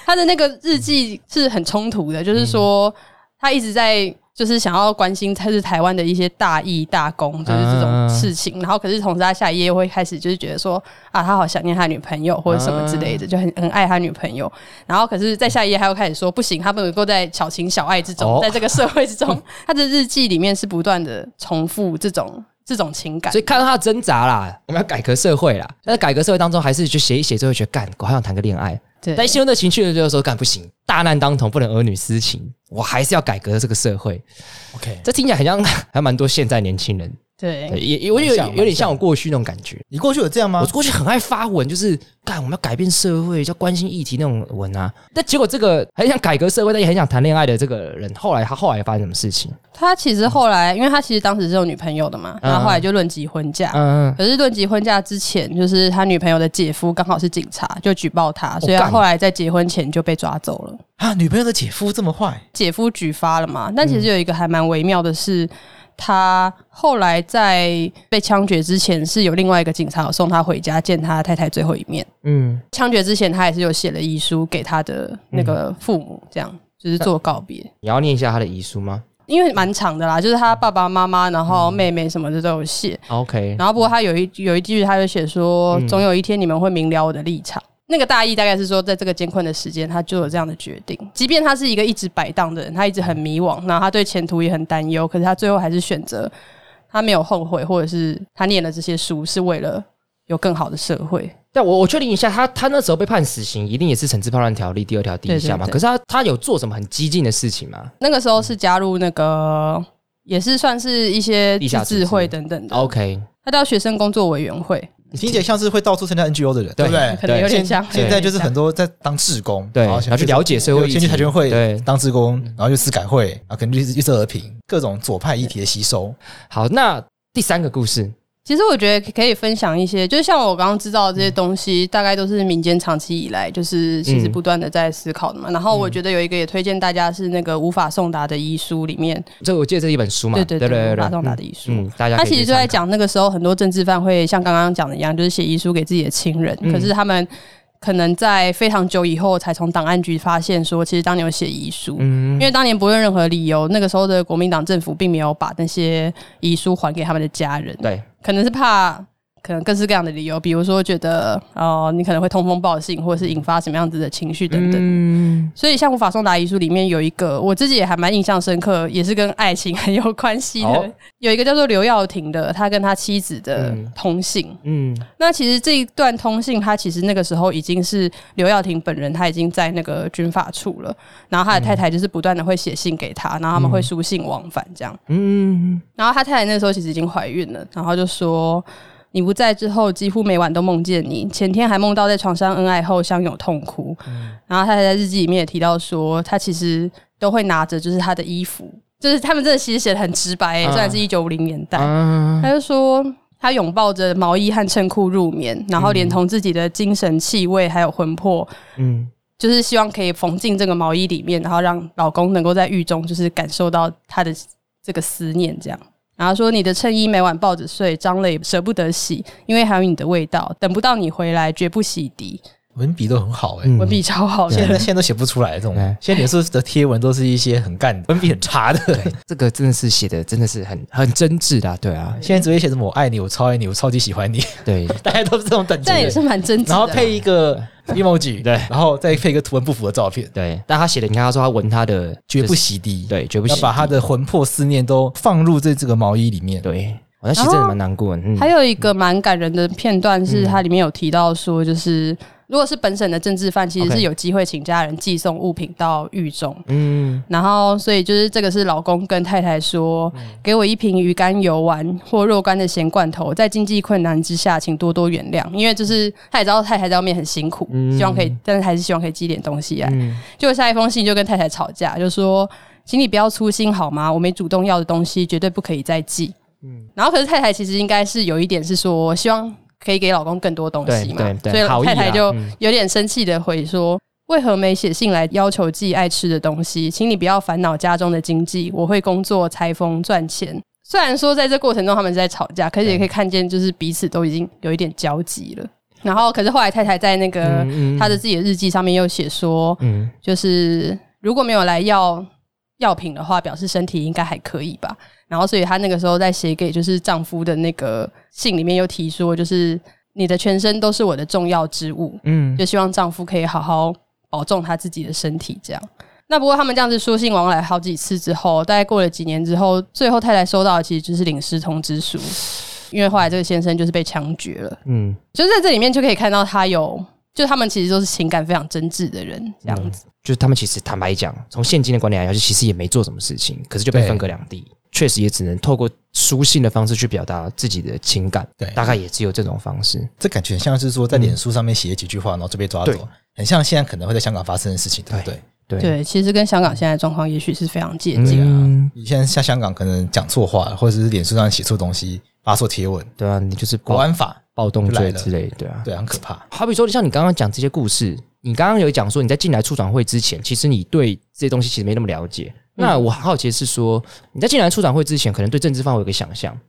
他的那个日记是很冲突的，就是嗯说他一直在就是想要关心他是台湾的一些大义大功，就是这种事情。然后可是同时他下一页又会开始就是觉得说啊，他好想念他女朋友或者什么之类啊的，就很很爱他女朋友。然后可是在下一页他又开始说不行，他不能够在小情小爱之中，哦在这个社会之 中，他的日记里面是不断的重复这种这种情感所。以看到他挣扎啦，我们要改革社会啦。但是改革社会当中，还是就写一写之后觉得干，我好想谈个恋爱。对，但陷入那情绪的就是说，干不行，大难当头，不能儿女私情，我还是要改革这个社会。 OK，这听起来很像，还蛮多现在年轻人，对对，也也我有蛮像有点像我过去那种感觉。你过去有这样吗我？过去很爱发文，就是干我们要改变社会，要关心议题那种文啊。但结果这个很想改革社会，但也很想谈恋爱的这个人，后来他后来发生什么事情？他其实后来，因为他其实当时是有女朋友的嘛，然后后来就论及婚嫁。嗯，可是论及婚嫁之前，就是他女朋友的姐夫刚好是警察，就举报他，所以他干后来在结婚前就被抓走了。啊，女朋友的姐夫这么坏，姐夫举发了嘛？但其实有一个还蛮微妙的是，他后来在被枪决之前，是有另外一个警察有送他回家见他太太最后一面。嗯，枪决之前，他也是有写了遗书给他的那个父母，这样就是做告别。你要念一下他的遗书吗因为蛮长的啦，就是他爸爸妈妈，然后妹妹什么的都有写。 ？OK，然后不过他有一有一句，他就写说，嗯总有一天你们会明了我的立场。那个大意大概是说，在这个艰困的时间，他就有这样的决定。即便他是一个一直摆荡的人，他一直很迷惘，然后他对前途也很担忧，可是他最后还是选择，他没有后悔，或者是他念了这些书是为了有更好的社会。但我我确定一下，他他那时候被判死刑，一定也是惩治叛乱条例第二条第一项嘛？对对对可是他他有做什么很激进的事情吗那个时候是加入那个，也是算是一些地下自治组织会等哦等的。 ？OK，他叫学生工作委员会，你听起来像是会到处参加 NGO 的人，对对不对？可能有点现像。现在就是很多在当志工，对，然然后后去了解社会有议先题，去跆拳会对，嗯当志工，然后又私改会，啊，可能就是绿色和平，各种左派议题的吸收。好，那第三个故事，其实我觉得可以分享一些，就是像我刚刚知道的这些东西，大概都是民间长期以来就是其实不断的在思考的嗯嘛。然后我觉得有一个也推荐大家是那个无法送达的遗书里面，这我记得这是一本书嘛，对对对对对对，无法送达嗯的遗书嗯，大家他可以其实去就参在考，讲那个时候，很多政治犯会像刚刚讲的一样，就是写遗书给自己的亲人，嗯可是他们可能在非常久以后才从档案局发现说，其实当年有写遗书。嗯因为当年不论任何理由，那个时候的国民党政府并没有把那些遗书还给他们的家人，对，可能是怕，可能各式各样的理由，比如说觉得哦、你可能会通风报信，或者是引发什么样子的情绪等等。嗯，所以，像《无法送达遗书》里面有一个，我自己也还蛮印象深刻，也是跟爱情很有关系的。哦有一个叫做刘耀廷的，他跟他妻子的嗯通信。嗯，那其实这一段通信，他其实那个时候已经是刘耀廷本人，他已经在那个军法处了。然后他的太太就是不断的会写信给他，然后他们会书信往返这样。嗯，然后他太太那时候其实已经怀孕了，然后就说。你不在之后，几乎每晚都梦见你。前天还梦到在床上恩爱后相拥痛哭。然后他还在日记里面也提到说，他其实都会拿着就是他的衣服，就是他们这其实写的很直白、欸，嗯虽然是一九五零年代，啊，他就说他拥抱着毛衣和衬裤入眠，然后连同自己的精神气味还有魂魄，嗯，就是希望可以缝进这个毛衣里面，然后让老公能够在狱中就是感受到他的这个思念，这样。然后说你的衬衣每晚抱着睡，脏了也舍不得洗，因为还有你的味道，等不到你回来绝不洗涤。文笔都很好哎、嗯文笔超好的，现在现在都写不出来这种对，现在脸书的贴文都是一些很干、文笔很差的。这个真的是写的真的是很很真挚的啊，对啊，现在只会写什么“我爱你”“我超爱你”“我超级喜欢你 对，”，大家都是这种等级但也的。是蛮 真挚的。然后配一个 emoji，对然后再配一个图文不符的照片，对，但他写的，你看他说他闻他的绝不洗，洗涤。，对，绝不要洗，把他的魂魄思念都放入这这个毛衣里面。对，我那其实真的蛮难过的，嗯还有一个蛮感人的片段是，它里面有提到说，就是如果是本省的政治犯，其实 OK 是有机会请家人寄送物品到狱中。嗯然后，所以就是这个是老公跟太太说，给我一瓶鱼肝油丸或若干的咸罐头，在经济困难之下，请多多原谅。因为就是他也知道太太在外面很辛苦，嗯希望可以，但是还是希望可以寄点东西来。嗯，结果下一封信就跟太太吵架，就说：“请你不要粗心好吗？我没主动要的东西绝对不可以再寄。”嗯，然后可是太太其实应该是有一点是说，希望可以给老公更多东西嘛，对对对好所意啊嗯以啦太太就有点生气的回说。为何没写信来要求寄爱吃的东西？请你不要烦恼家中的经济，我会工作、裁缝、赚钱。虽然说在这过程中他们是在吵架，可是也可以看见，就是彼此都已经有一点交集了。然后，可是后来太太在那个嗯嗯她的自己的日记上面又写说，嗯就是如果没有来要药品的话，表示身体应该还可以吧。然后，所以她那个时候在写给就是丈夫的那个信里面又提说，就是你的全身都是我的重要之物，嗯就希望丈夫可以好好保重他自己的身体。这样。那不过他们这样子书信往来好几次之后，大概过了几年之后，最后太太收到的其实就是领失通知书，因为后来这个先生就是被枪决了。嗯，就是在这里面就可以看到他有，就他们其实都是情感非常真挚的人，这样子。就是他们其实坦白讲，从现今的观点来讲，就其实也没做什么事情，可是就被对分隔两地，确实也只能透过书信的方式去表达自己的情感，对大概也只有这种方式，这感觉很像是说在脸书上面写几句话，然后就被抓对走，很像现在可能会在香港发生的事情，对不对？对，对，其实跟香港现在的状况也许是非常接近。嗯，你现在下香港可能讲错话，或者是脸书上写错东西，发错贴文，对啊，你就是国暴安法，暴动就来罪了之类，对啊，对，很可怕。好比说，像你刚刚讲这些故事，你刚刚有讲说你在进来处长会之前，其实你对这些东西其实没那么了解。嗯那我好奇的是说，你在进来处长会之前，可能对政治范围有个想象，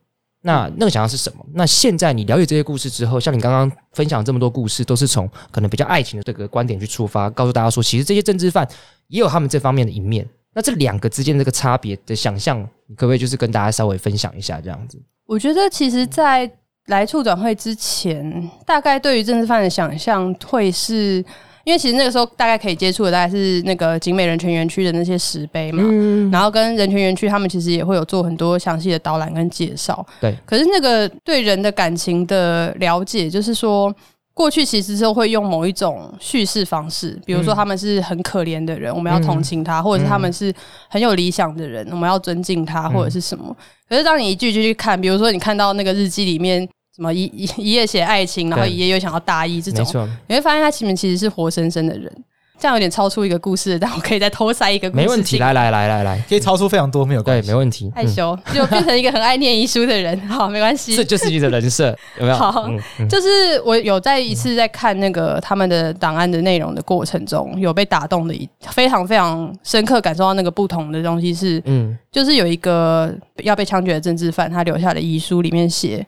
那那个想象是什么？那现在你了解这些故事之后，像你刚刚分享这么多故事，都是从可能比较爱情的这个观点去出发，告诉大家说，其实这些政治犯也有他们这方面的一面。那这两个之间的这个差别的想象，你可不可以就是跟大家稍微分享一下这样子？我觉得其实，在来处转会之前，大概对于政治犯的想象会是。因为其实那个时候大概可以接触的大概是那个景美人权园区的那些石碑嘛，嗯，然后跟人权园区他们其实也会有做很多详细的导览跟介绍。对，可是那个对人的感情的了解，就是说。过去其实是会用某一种叙事方式，比如嗯说他们是很可怜的人，我们要同情他，或者是他们是很有理想的人，我们要尊敬他，嗯或者是什么。可是当你一句一句去看，比如说你看到那个日记里面什么一 一一页写爱情，然后对一页又想要大义这没种，错，你会发现他前面其实是活生生的人。这样有点超出一个故事，但我可以再偷塞一个故事没进。问题，来来来来来，可以超出非常多，没有对关，系。没问题，嗯害羞，就变成一个很爱念遗书的人。好，没关系嗯，这。 就是你的人设，有没有？ 好嗯嗯就是我有在一次在看那个他们的档案的内容的过程中，有被打动的一非常非常深刻感受到那个不同的东西是，嗯，就是有一个要被枪决的政治犯，他留下的遗书里面写，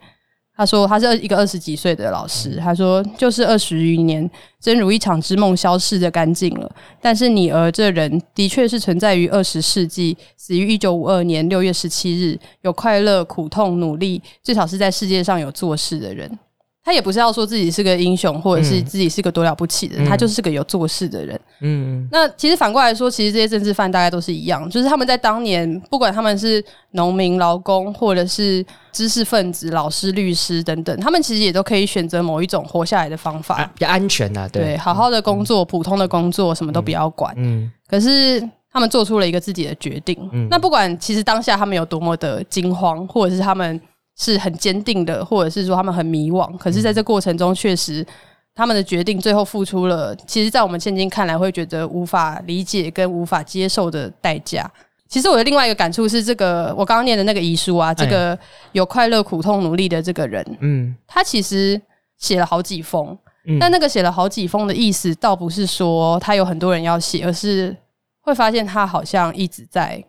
他说他是一个二十几岁的老师，他说就是二十余年，真如一场之梦消逝的干净了。但是你儿这人的确是存在于二十世纪，死于一九五二年六月十七日，有快乐、苦痛、努力，至少是在世界上有做事的人。他也不是要说自己是个英雄，或者是嗯自己是个多了不起的嗯人，他就是个有做事的人。嗯那其实反过来说，其实这些政治犯大概都是一样，就是他们在当年，不管他们是农民、劳工，或者是知识分子、老师、律师等等，他们其实也都可以选择某一种活下来的方法。啊，比较安全呐，对，对，好好的工作，普通的工作，什么都不要管。嗯可是他们做出了一个自己的决定。嗯那不管其实当下他们有多么的惊慌，或者是他们是很坚定的，或者是说他们很迷惘，可是在这过程中确实。他们的决定最后付出了，其实，在我们现今看来会觉得无法理解跟无法接受的代价。其实我的另外一个感触是，这个我刚刚念的那个遗书啊，这个有快乐、苦痛、努力的这个人，嗯他其实写了好几封，嗯，但那个写了好几封的意思，倒不是说他有很多人要写，而是会发现他好像一直在，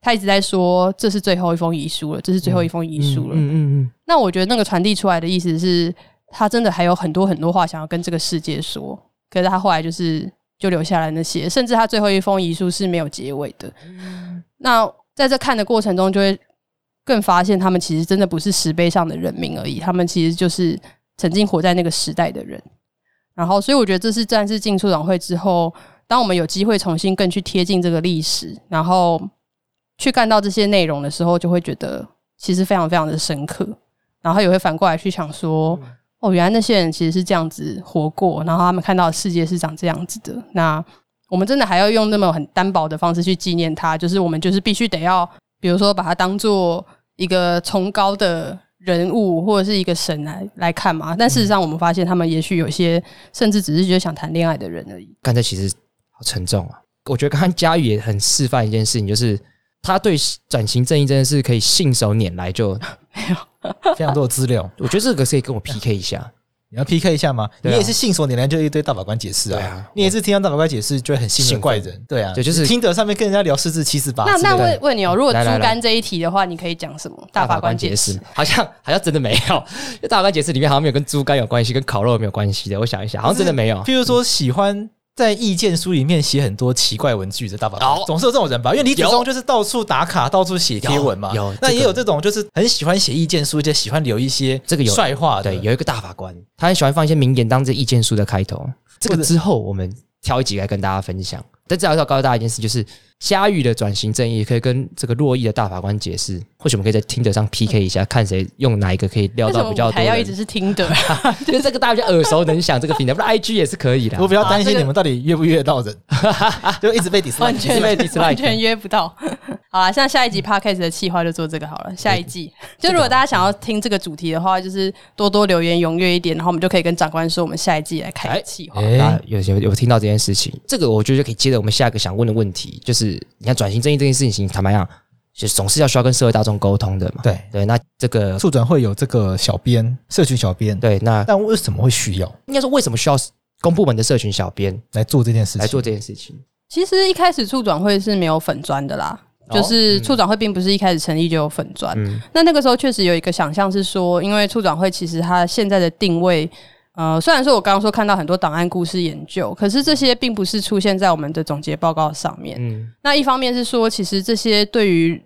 他一直在说这是最后一封遗书了，这是最后一封遗书了。嗯嗯那我觉得那个传递出来的意思是，他真的还有很多很多话想要跟这个世界说，可是他后来就是就留下来那些，甚至他最后一封遗书是没有结尾的。那在这看的过程中，就会更发现他们其实真的不是石碑上的人民而已，他们其实就是曾经活在那个时代的人。然后，所以我觉得这是战士进出展会之后，当我们有机会重新更去贴近这个历史，然后去看到这些内容的时候，就会觉得其实非常非常的深刻。然后也会反过来去想说，嗯哦，原来那些人其实是这样子活过，然后他们看到的世界是长这样子的。那我们真的还要用那么很单薄的方式去纪念他，就是我们就是必须得要，比如说把他当做一个崇高的人物或者是一个神来来看嘛。但嗯事实上，我们发现他们也许有些甚至只是觉得想谈恋爱的人而已。刚才其实好沉重啊。我觉得刚刚佳宇也很示范一件事情，就是他对转型正义真的是可以信手拈来就，非常多的资料，我觉得这个可以跟我 PK 一下。你要 PK 一下吗？对你啊也是信手拈来就一堆大法官解释对啊啊，你也是听到大法官解释就会很信任怪人，对啊，对就是听得上面跟人家聊四至七四啊八那之类的，那问问你哦，如果来猪来来肝这一题的话，你可以讲什么？大法官解释。，好像好像真的没有。就大法官解释里面好像没有跟猪肝有关系，跟烤肉没有关系的。我想一想，好像真的没 有。譬如说喜欢在意见书里面写很多奇怪文具的大法哦官，总是有这种人吧？因为李子有忠就是到处打卡、到处写贴文嘛。有有那也这个有这种就是很喜欢写意见书，就喜欢留一些这个有帅啊话的对，。有一个大法官，他很喜欢放一些名言当这意见书的开头。这个之后我们挑一集来跟大家分享。但至少要告诉大家一件事，就是嘉玉的转型正义可以跟这个洛邑的大法官解释，或许我们可以在听得上 PK 一下，看谁用哪一个可以嗯为料什到么比较舞多台人。要 一直是听的？因为这个大家比较耳熟能详，这个 平台，不然 IG 也是可以的。我比较担啊这心个你们到底约不约得到 人，就一直被 dislike，完全被 dislike 完全 约不到。好啦，像下一集 podcast 的企划就做这个好了。下一季就如果大家想要听这个主题的话，就是多多留言踊跃一点，然后我们就可以跟长官说，我们下一季来开企划。大哎家有有有听到这件事情，这个我觉得就可以接着我们下一个想问的问题，就是你看转型正义这件事情，坦白讲，就总是要需要跟社会大众沟通的嘛。对对，那这个促转会有这个小编，社群小编，对，那 但为什么会需要应该说为什么需要公部门的社群小编来做这件事情？来做这件事情？其实一开始处转会是没有粉砖的啦。就是处转会并不是一开始成立就有粉砖，嗯那那个时候确实有一个想象是说，因为处转会其实它现在的定位，呃，虽然说我刚刚说看到很多档案故事研究，可是这些并不是出现在我们的总结报告上面。嗯那一方面是说，其实这些对于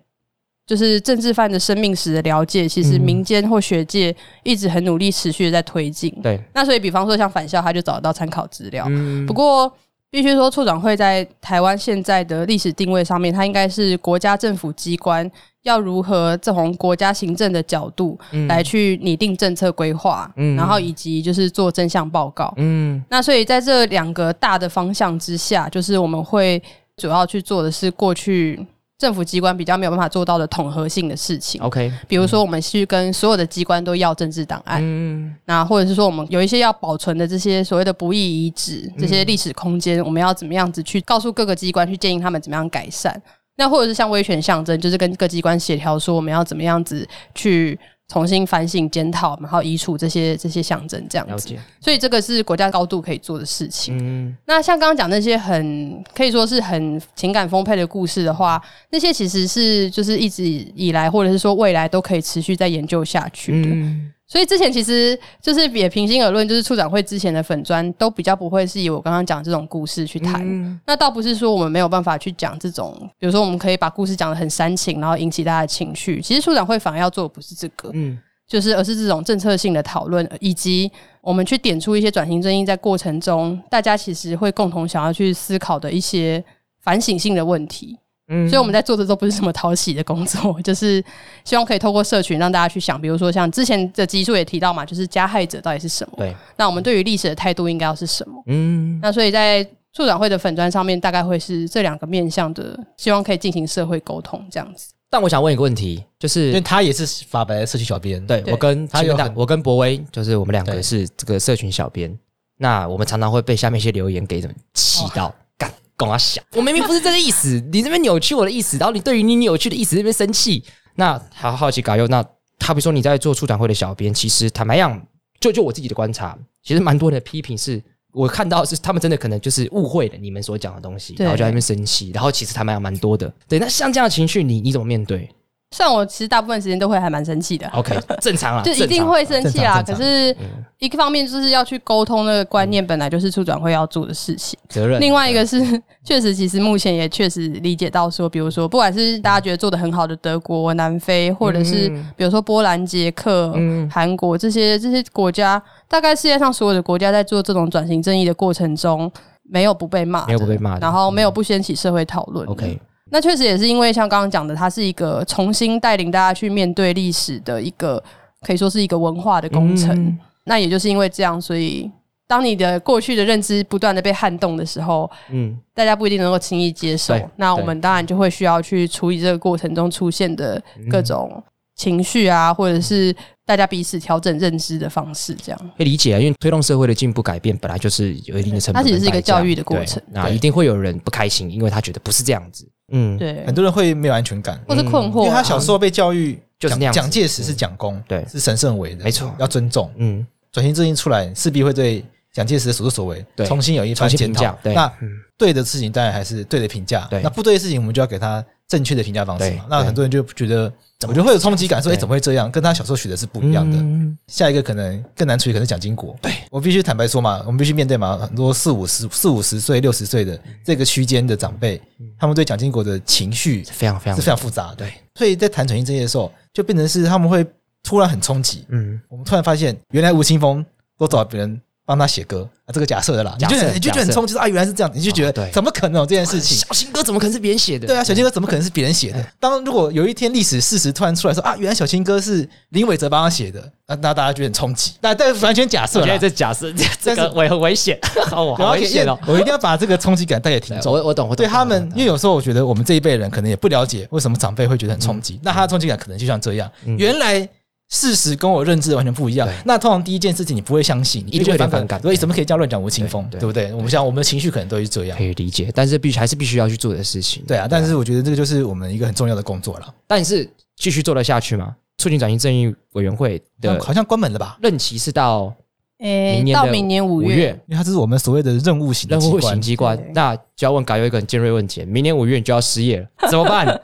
就是政治犯的生命史的了解，其实嗯民间或学界一直很努力持续的在推进。对，那所以，比方说像返校，他就找得到参考资料。嗯不过，必须说，处长会在台湾现在的历史定位上面，它应该是国家政府机关要如何从国家行政的角度来去拟定政策规划，嗯然后以及就是做真相报告。嗯那所以在这两个大的方向之下，就是我们会主要去做的是过去政府机关比较没有办法做到的统合性的事情。 OK，比如说，我们去跟所有的机关都要政治档案，嗯，那或者是说，我们有一些要保存的这些所谓的不易遗址、嗯这些历史空间，我们要怎么样子去告诉各个机关，去建议他们怎么样改善？那或者是像威权象征，就是跟各机关协调，说我们要怎么样子去重新反省、检讨，然后移除这些这些象征，这样了子。解，所以这个是国家高度可以做的事情。嗯，那像刚刚讲那些很可以说是很情感丰沛的故事的话，那些其实是就是一直以来或者是说未来都可以持续再研究下去的。嗯，所以之前其实就是也平心而论，就是处长会之前的粉砖都比较不会是以我刚刚讲这种故事去谈。嗯那倒不是说我们没有办法去讲这种，比如说我们可以把故事讲得很煽情，然后引起大家的情绪。其实处长会反而要做的不是这个，嗯，就是而是这种政策性的讨论，以及我们去点出一些转型正义在过程中大家其实会共同想要去思考的一些反省性的问题。嗯所以我们在做的都不是什么讨喜的工作， 就是希望可以透过社群让大家去想，比如说像之前的集数也提到嘛，就是加害者到底是什么？对，那我们对于历史的态度应该要是什么？嗯，那所以在助长会的粉砖上面，大概会是这两个面向的，希望可以进行社会沟通这样子。但我想问一个问题，就是因为他也是法白的社区小编，对对哎我跟他有清大很我跟博威，就是我们两个对是这个社群小编。那我们常常会被下面一些留言给怎么气到，干跟我想，我明明不是这个意思，你这边扭曲我的意思，然后你对于你扭曲的意思这边生气。那好好奇搞又那好比说你在做处长会的小编，其实坦白讲，就就我自己的观察，其实蛮多的批评是。我看到是他们真的可能就是误会了你们所讲的东西，对然后就在那边生气，然后其实坦白讲蛮多的。对，那像这样的情绪，你你怎么面对虽然我其实大部分时间都会还蛮生气的啊， ？OK，正常啊，就一正定常嗯会生气啦。正常可正常是一个方面就是要去沟通那个观念，本来就是处长会要做的事情。责任。另外一个是， 确实，其实目前也确实理解到说，比如说，不管是大家觉得做的很好的德国、南非，或者是嗯比如说波兰、捷克、嗯韩国这些这些国家，大概世界上所有的国家在做这种转型正义的过程中，没有不被骂没的，有不被骂的。嗯然后没有不掀起社会讨论的。 OK，那确实也是因为像刚刚讲的，它是一个重新带领大家去面对历史的一个，可以说是一个文化的工程。嗯那也就是因为这样，所以当你的过去的认知不断的被撼动的时候，嗯大家不一定能够轻易接受对。那我们当然就会需要去处理这个过程中出现的各种情绪啊，或者是大家彼此调整认知的方式，这样。可以理解啊，因为推动社会的进步改变本来就是有一定的成本跟代它价，其实是一个教育的过对程那对一定会有人不开心，因为他觉得不是这样子。嗯，对很，多人会没有安全感，或是困惑啊、因为他小时候被教育就是那样子蒋蒋介石是蒋公，对是神圣为的，没错要尊重。嗯，转型正义出来，势必会对蒋介石的所作所为对重新有一番重新检评讨价。，对，那嗯对的事情当然还是对的评价，对那不对的事情我们就要给他正确的评价方式对嘛。那对很多人就觉得，我觉得会有冲击感，说哎对怎么会这样？跟他小时候学的是不一样的。嗯下一个可能更难处理，可能是蒋经国。对我必须坦白说嘛，我们必须面对嘛，很多四五十、四五十岁、六十岁的嗯这个区间的长辈，他们对蒋经国的情绪非常非常是非常复杂的。嗯对，所以在谈转型正义的时候，就变成是他们会突然很冲击。嗯，我们突然发现，原来吴青峰都找别人帮他写歌啊，这个假设的啦，你假就设很你就觉得假很设冲击，说啊，原来是这样，你就觉哦对得怎么可能有这件事情？小新哥怎么可能是别人写的？对啊，小青哥怎么可能是别人写的？当如果有一天历史事实突然出来说啊，原来小青哥是林伟哲帮他写的，那那大家就很冲击。那但完全假设我觉啦得，这假设 这但是个危很危险， 哦，对好危险哦！！因为我一定要把这个冲击感带给听对众。我我懂，我懂对他们我，懂因为有时候我觉得我们这一辈人可能也不了解为什么长辈会觉得很冲嗯击，那他的冲击感可能就像这样，原来事实跟我认知的完全不一样对。那通常第一件事情你不会相信，一你定会就觉得有点反感所以怎么可以这样乱讲吴青峰，对对对不对？我们想我们的情绪可能都是这样可，以理解，但是必须还是必须要去做的事情。对啊。但是我觉得这个就是我们一个很重要的工作了。但是继续做得下去吗？促进转型正义委员会的好像关门了吧？任期是到诶、明年的到明年五五月，月，因为它这是我们所谓的任务型的任机务关型，机关对，那就要问搞有一个很尖锐问题：明年五月你就要失业了，怎么办？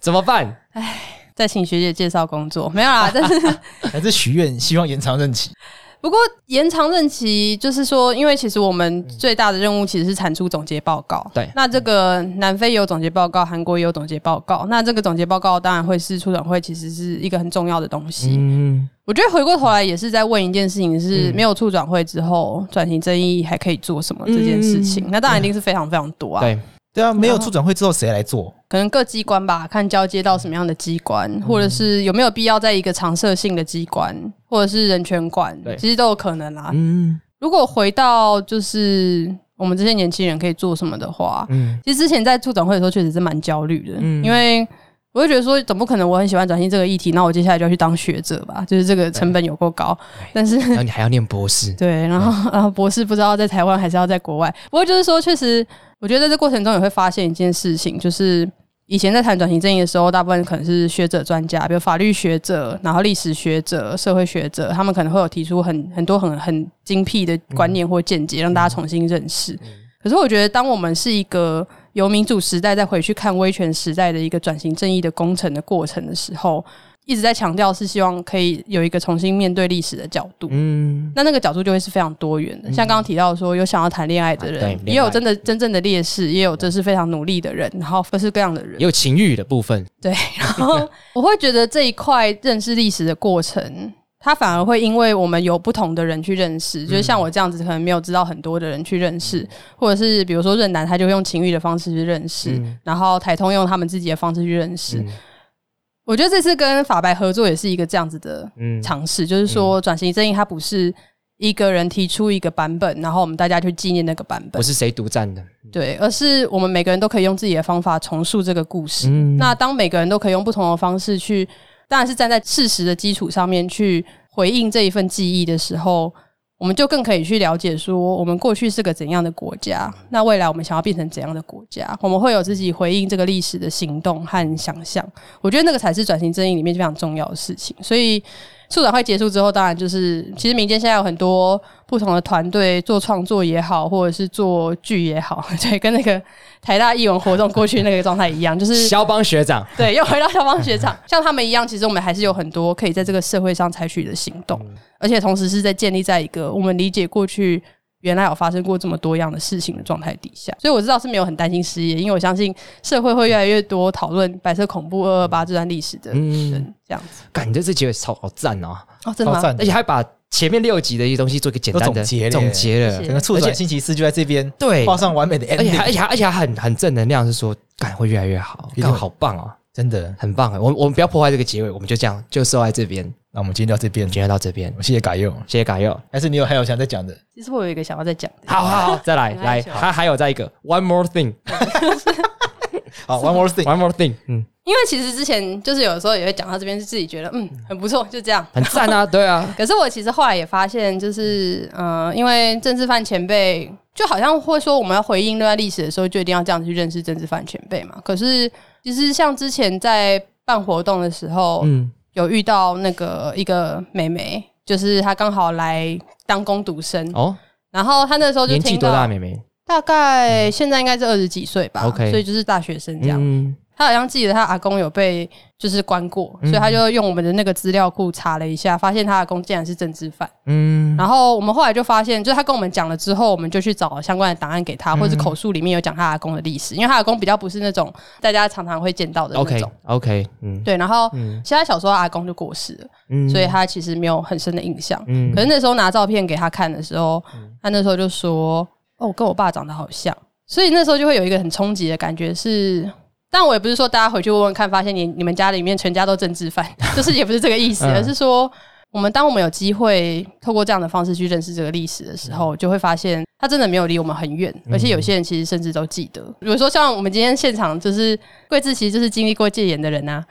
怎么办？再请学姐介绍工作，没有啦，但是还是许愿希望延长任期。不过延长任期，就是说，因为其实我们最大的任务其实是产出总结报告。对那这个南非有总结报告，韩国也有总结报告。那这个总结报告当然会是出展会，其实是一个很重要的东西。嗯，我觉得回过头来也是在问一件事情是：没有处转会之后，转型正义还可以做什么这件事情？那当然一定是非常非常多嗯啊。对，对啊，没有处转会之后谁来做？可能各机关吧，看交接到什么样的机关，或者嗯是有没有必要在一个常设性的机关，或者是人权馆对，啊其实都有可能啦。嗯，如果回到就是我们这些年轻人可以做什么的话，嗯其实之前在处长会的时候，确实是蛮焦虑的，嗯因为我会觉得说，总不可能我很喜欢转型这个议题，那我接下来就要去当学者吧，就是这个成本有够高。但是，然后你还要念博士对，然后然后博士不知道在台湾还是要在国外。不过就是说，确实，我觉得在这过程中也会发现一件事情，就是以前在谈转型正义的时候，大部分可能是学者专家，比如法律学者，然后历史学者、社会学者，他们可能会有提出很很多很很精辟的观念或见解，让大家重新认识。可是我觉得，当我们是一个由民主时代再回去看威权时代的一个转型正义的工程的过程的时候，一直在强调是希望可以有一个重新面对历史的角度。嗯，那那个角度就会是非常多元的。像刚刚提到说，有想要谈恋爱的啊对人，恋爱嗯也有真的真正的烈士，也有真是非常努力的人，然后各式各样的人也。有情欲的部分，对，然后我会觉得这一块认识历史的过程。它反而会因为我们有不同的人去认嗯识，就是像我这样子，可能没有知道很多的人去认识，或者是比如说任南，他就用情欲的方式去认识，嗯然后台通用他们自己的方式去认识。嗯我觉得这次跟法白合作也是一个这样子的嗯，尝试，就是说转型正义它不是一个人提出一个版本，然后我们大家去纪念那个版不本，是谁独占的，对，而是我们每个人都可以用自己的方法重塑这个故事。嗯，那当每个人都可以用不同的方式去，当然是站在事实的基础上面去回应这一份记忆的时候，我们就更可以去了解说，我们过去是个怎样的国家，那未来我们想要变成怎样的国家，我们会有自己回应这个历史的行动和想象。我觉得那个才是转型正义里面非常重要的事情。所以。促展会结束之后，当然就是其实民间现在有很多不同的团队做创作也好，或者是做剧也好， 对，跟那个台大艺文活动过去那个状态一样，就是肖邦学长， 对，又回到消防学长，像他们一样，其实我们还是有很多可以在这个社会上采取的行动，而且同时是在建立在一个我们理解过去原来有发生过这么多样的事情的状态底下。所以我知道是没有很担心失业，因为我相信社会会越来越多讨论白色恐怖二二八这段历史的嗯，人，这样子。感觉这次结尾超好赞哦，哦，真的超吗？赞而且还把前面六集的一些东西做一个简单的都总结了总结谢了谢，整个促而且转星期四就在这边对，画上完美的而且 ending，还而且还而且还很很正能量，是说感会越来越好，一定干会好棒哦，真的。很棒哎，我们我们不要破坏这个结尾，我们就这样就收在这边，那我们今天到这边，今天到这边我，哦们谢谢改用，谢谢嘎佑，还是你有还有想再 讲的？其实我有一个想要再讲的，好好好， 再来很来，害羞还还有再一个，one more thing，one 好，one more thing， more thing，嗯，因为其实之前就是有时候也会讲到这边，是自己觉得嗯很不错，就这样。很赞啊，对 啊，可是我其实后来也发现，就是呃，因为政治犯前辈就好像会说，我们要回应那段历史的时候，就一定要这样去认识政治犯前辈嘛。可是其实像之前在办活动的时候，嗯，有遇到那个一个妹妹，就是她刚好来当攻读生，哦，然后她那时候就年纪听多到大，妹妹？大概现在应该是二十几岁吧 OK 所以就是大学生这样。嗯，他好像记得他阿公有被就是关过，所以嗯他就用我们的那个资料库查了一下，发现他阿公竟然是政治犯。嗯，然后我们后来就发现，就是他跟我们讲了之后，我们就去找相关的档案给嗯他，或者是口述里面有讲他阿公的历史，因为他阿公比较不是那种大家常常会见到的那种。 OK OK，嗯，对，然后嗯其实他小时候阿公就过世了，嗯所以他其实没有很深的印象。嗯可是那时候拿照片给他看的时候，他那时候就说：“哦，我跟我爸长得好像。”所以那时候就会有一个很冲击的感觉是。但我也不是说大家回去问问看，发现你你们家里面全家都政治犯， 就是也不是这个意思，嗯而是说我们当我们有机会透过这样的方式去认识这个历史的时嗯候，就会发现它真的没有离我们很远，而且有些人其实甚至都记得。比如说像我们今天现场就是桂志其实就是经历过戒严的人啊，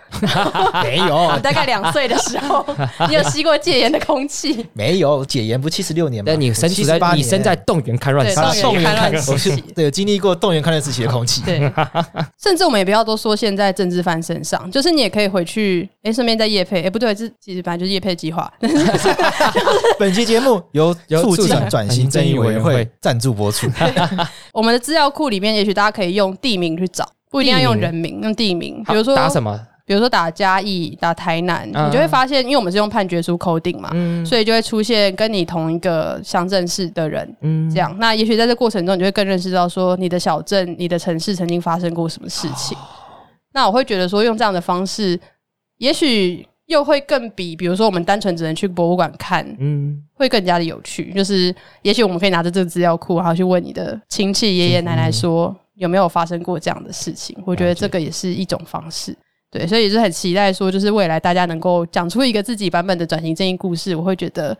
没有哦我，大概两岁的时 候，你有吸过戒烟的空气？没有，解严不七十六年吗？但你身处在78年你身在动员戡乱对，时动期，员戡乱我时是期。对有经历过动员抗战时期的空 气，对，甚至我们也不要多说现在政治犯身上，就是你也可以回去，哎、顺便在夜配，哎、不对，这其实本来就是夜配计划， 本期节目由由促促进进转型正义委员会赞助播出。我们的资料库里面，也许大家可以用地名去找，不一定要用人名，用地名，比如说啊打什么？比如说打嘉义、打台南，嗯你就会发现，因为我们是用判决书 coding 嘛，嗯所以就会出现跟你同一个乡镇市的人。嗯这样，那也许在这过程中，你就会更认识到说，你的小镇、你的城市曾经发生过什么事情。那我会觉得说，用这样的方式，也许又会更比，比如说我们单纯只能去博物馆看，嗯，会更加的有趣。就是也许我们可以拿着这个资料库，然后去问你的亲戚、爷嗯爷奶奶说有没有发生过这样的事情。我觉得这个也是一种方式。对，所以也是很期待说，就是未来大家能够讲出一个自己版本的转型正义故事，我会觉得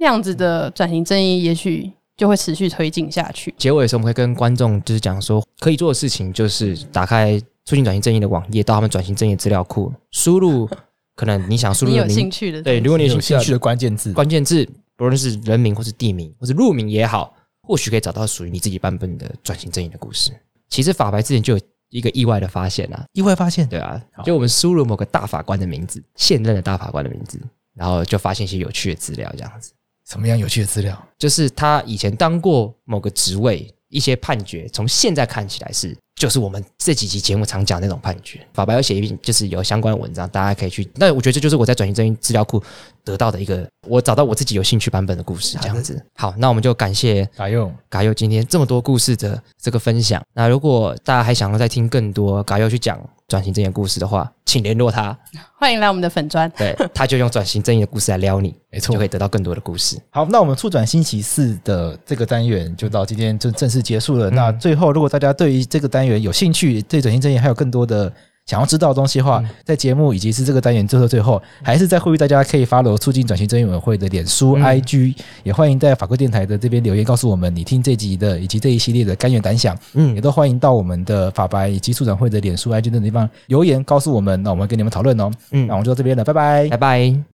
那样子的转型正义，也许就会持续推进下去。结尾的时候，我们会跟观众就是讲说，可以做的事情就是打开促进转型正义的网页，到他们转型正义的资料库，输入可能你想输入你的有名兴趣的， 对，如果你有有兴兴趣趣的的关键字，关键字，不论是人名或是地名或是路名也好，或许可以找到属于你自己版本的转型正义的故事。其实法白之前就有一个意外的发现啊，意外发现，对啊，就我们输入某个大法官的名字，现任的大法官的名字，然后就发现一些有趣的资料，这样子，什么样有趣的资料？就是他以前当过某个职位，一些判决，从现在看起来是，就是我们这几集节目常讲那种判决。法白有写一篇，就是有相关的文章，大家可以去。那我觉得这就是我在转型正义资料库得到的一个，我找到我自己有兴趣版本的故事，这样子。好，那我们就感谢打用嘎佑今天这么多故事的这个分享。那如果大家还想要再听更多嘎佑去讲转型正义的故事的话，请联络他，欢迎来我们的粉砖，对，他就用转型正义的故事来撩你，没就错可。以得到更多的故事。好，那我们促转星期四的这个单元就到今天就正式结束了。嗯那最后，如果大家对于这个单元有兴趣，对转型正义还有更多的想要知道的东西的话，嗯在节目以及是这个单元最后最后，还是在呼吁大家可以 follow 促进转型正义委员会的脸书、嗯 IG，也欢迎在法国电台的这边留言告诉我们你听这集的以及这一系列的甘愿感想，也嗯，都欢迎到我们的法白以及促转会的脸书、IG 等地方留言告诉我们，那我们跟你们讨论哦。嗯那我们就到这边了，拜拜拜。拜。